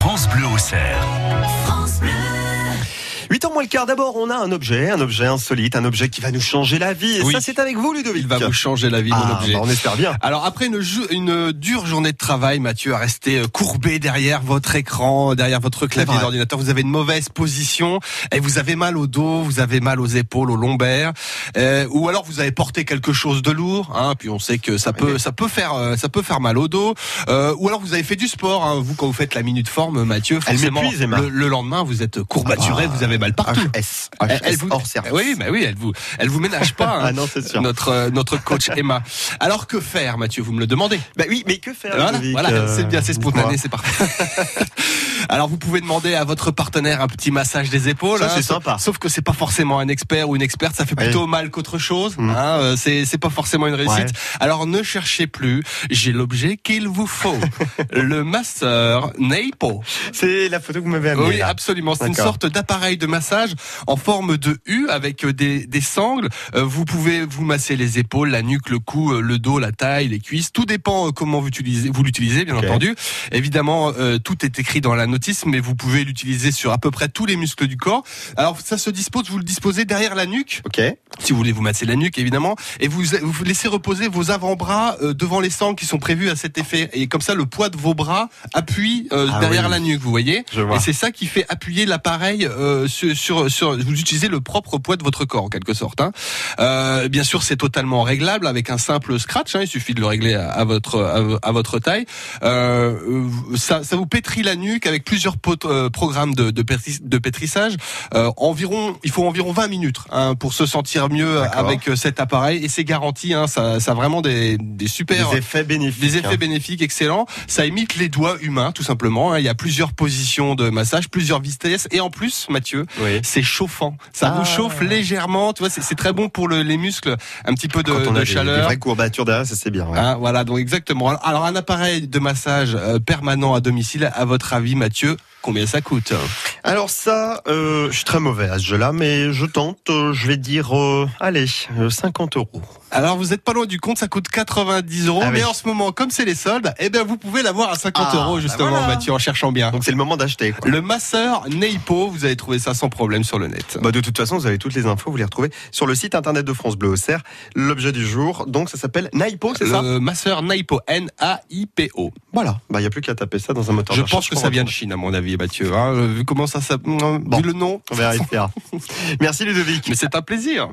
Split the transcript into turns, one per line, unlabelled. France Bleu Auxerre.
8 ans moins le quart, d'abord on a un objet, un objet insolite, un objet qui va nous changer la vie. Et
Oui.
ça c'est avec vous Ludovic.
Il va vous changer la vie, mon
Ah,
objet.
bah, on espère bien.
Alors après une, ju- une dure journée de travail, Mathieu a resté courbé derrière votre écran, derrière votre clavier
vrai.
d'ordinateur. Vous avez une mauvaise position et vous avez mal au dos, vous avez mal aux épaules, aux lombaires, Euh, ou alors vous avez porté quelque chose de lourd. Hein, puis on sait que ça peut, ça peut faire, euh, ça peut faire mal au dos. Euh, ou alors vous avez fait du sport. hein. vous quand vous faites la minute forme, Mathieu,
Elle
forcément
m'épuise, Emma. Ah,
le, le lendemain vous êtes courbaturé, vous avez mal partout.
HS,
Elle- elle
HS
vous-
ah, hors service.
Oui, bah oui, elle vous, elle vous ménage pas. hein
Ah non, c'est sûr.
notre euh, notre coach Emma. Alors que faire, Mathieu Vous me le demandez. Hein
Bah oui, mais que faire
Voilà,
Ludovic
voilà,
Euh,
c'est bien, c'est
dites-moi.
spontané, c'est parfait. Alors vous pouvez demander à votre partenaire un petit massage des épaules.
Ça, c'est
sauf-
sympa.
Sauf que c'est pas forcément un expert ou une experte, ça fait
Oui.
plutôt mal qu'autre chose.
Mm.
hein, euh, c'est c'est pas forcément une réussite.
Ouais.
Alors ne cherchez plus. J'ai l'objet qu'il vous faut. le masseur Napo.
C'est la photo que vous m'avez amenée.
Oui,
Ah, là.
absolument. C'est une
D'accord.
sorte d'appareil de massage en forme de U avec euh, des, des sangles. Euh, Vous pouvez vous masser les épaules, la nuque, le cou, euh, le dos, la taille, les cuisses. Tout dépend euh, comment vous utilisez- vous l'utilisez, bien
Ok.
entendu. Évidemment, euh, tout est écrit dans la notice, mais vous pouvez l'utiliser sur à peu près tous les muscles du corps. Alors, ça se dispose, vous le disposez derrière la nuque,
Ok.
si vous voulez vous masser la nuque, évidemment, et vous, vous laissez reposer vos avant-bras euh, devant les sangles qui sont prévus à cet effet. Et comme ça, le poids de vos bras appuie euh,
Ah
derrière
oui.
la nuque, vous voyez
Je vois.
et c'est ça qui fait appuyer l'appareil euh, sur, sur, sur- Vous utilisez le propre poids de votre corps, en quelque sorte. Hein. Euh, bien sûr, c'est totalement réglable avec un simple scratch. Hein, il suffit de le régler à, à votre, à, vo- à votre taille. Euh, euh, ça, ça vous pétrit la nuque avec plusieurs pot- euh, programmes de, de, pétri- de pétrissage. Euh, environ, il faut environ 20 minutes hein, pour se sentir mieux
D'accord.
avec euh, cet appareil. Et c'est garanti. Hein, ça, ça a vraiment des, des super
Des effets bénéfiques.
des effets
hein.
bénéfiques excellents. Ça imite les doigts humains, tout simplement. hein. Il y a plusieurs positions de massage, plusieurs vitesses. Et en plus, Mathieu,
Oui.
c'est chauffant. Ça
Ah.
vous chauffe légèrement. Tu vois, c'est c'est très bon pour le- les muscles. Un petit peu de,
Quand on
de
a des- Des,
chaleur.
vraies courbatures derrière, ça c'est bien. ouais.
Hein, voilà, donc exactement. Alors, alors, un appareil de massage euh, permanent à domicile, à votre avis, Mathieu, combien ça coûte
Alors ça, euh, je suis très mauvais à ce jeu-là, mais je tente. euh, je vais dire, euh, allez, euh, 50 euros.
Alors, vous êtes pas loin du compte, ça coûte 90 euros.
Ah oui.
Mais en ce moment, comme c'est les soldes, eh bien, vous pouvez l'avoir à 50
Ah,
euros,
bah
justement,
voilà.
Mathieu, en cherchant bien.
Donc c'est le moment d'acheter. quoi.
Le masseur Neipo, vous allez trouver ça sans problème sur le net.
Bah, de toute façon, vous avez toutes les infos, vous les retrouvez sur le site internet de France Bleu Auxerre. L'objet du jour, donc ça s'appelle Naipo, c'est ça
Le masseur Euh, Naipo, N-A-I-P-O.
Voilà. Bah, il n'y a plus qu'à taper ça dans un moteur
Je
de recherche
pense que
pour
ça vient de
retrouver.
Chine, à mon avis, Mathieu. Euh, hein. Vu comment ça s'appelle, vu le nom.
On verra, il verra. Merci Ludovic.
Mais c'est un plaisir.